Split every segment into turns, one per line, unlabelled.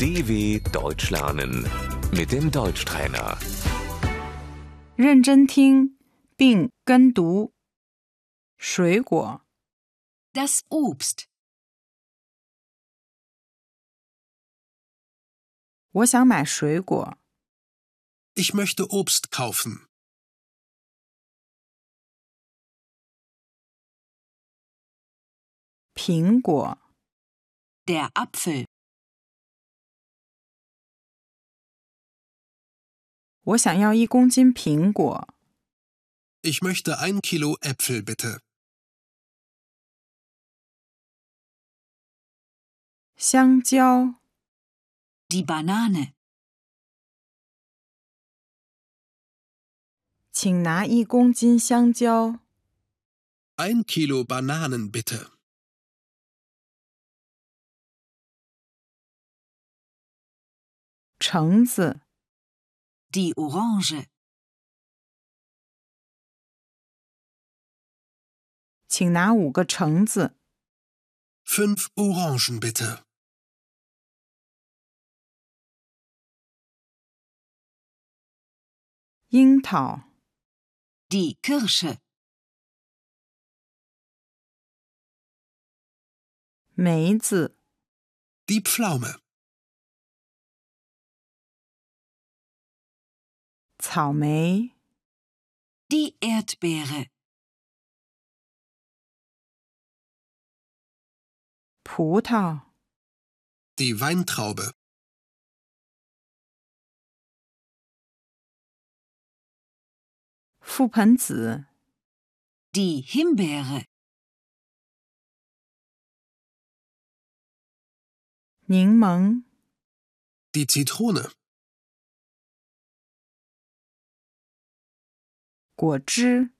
DW Deutsch lernen mit dem Deutschtrainer.
认真听并跟读。水果、
Das Obst.
我想买水果。
Ich möchte Obst kaufen.
苹果、
Der Apfel.
我想要一公斤苹果。
Ich möchte ein Kilo Äpfel bitte.
香蕉、
Die Banane.
请拿一公斤香蕉。
Ein Kilo Bananen bitte.
橙子、
Die Orange.
请拿五个橙子。
Fünf Orangen bitte.
樱桃、
Die Kirsche.
梅子、
Die Pflaume.
草莓、
Die Erdbeere.
葡萄、
Die Weintraube.
覆盆子、
Die Himbeere.
柠檬、
Die Zitrone.
果汁、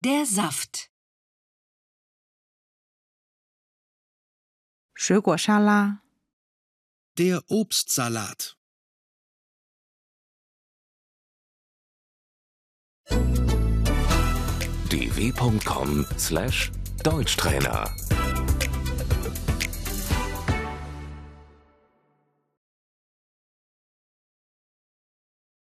Der Saft.
水果沙拉、
Der Obstsalat.
dw.com/deutschtrainer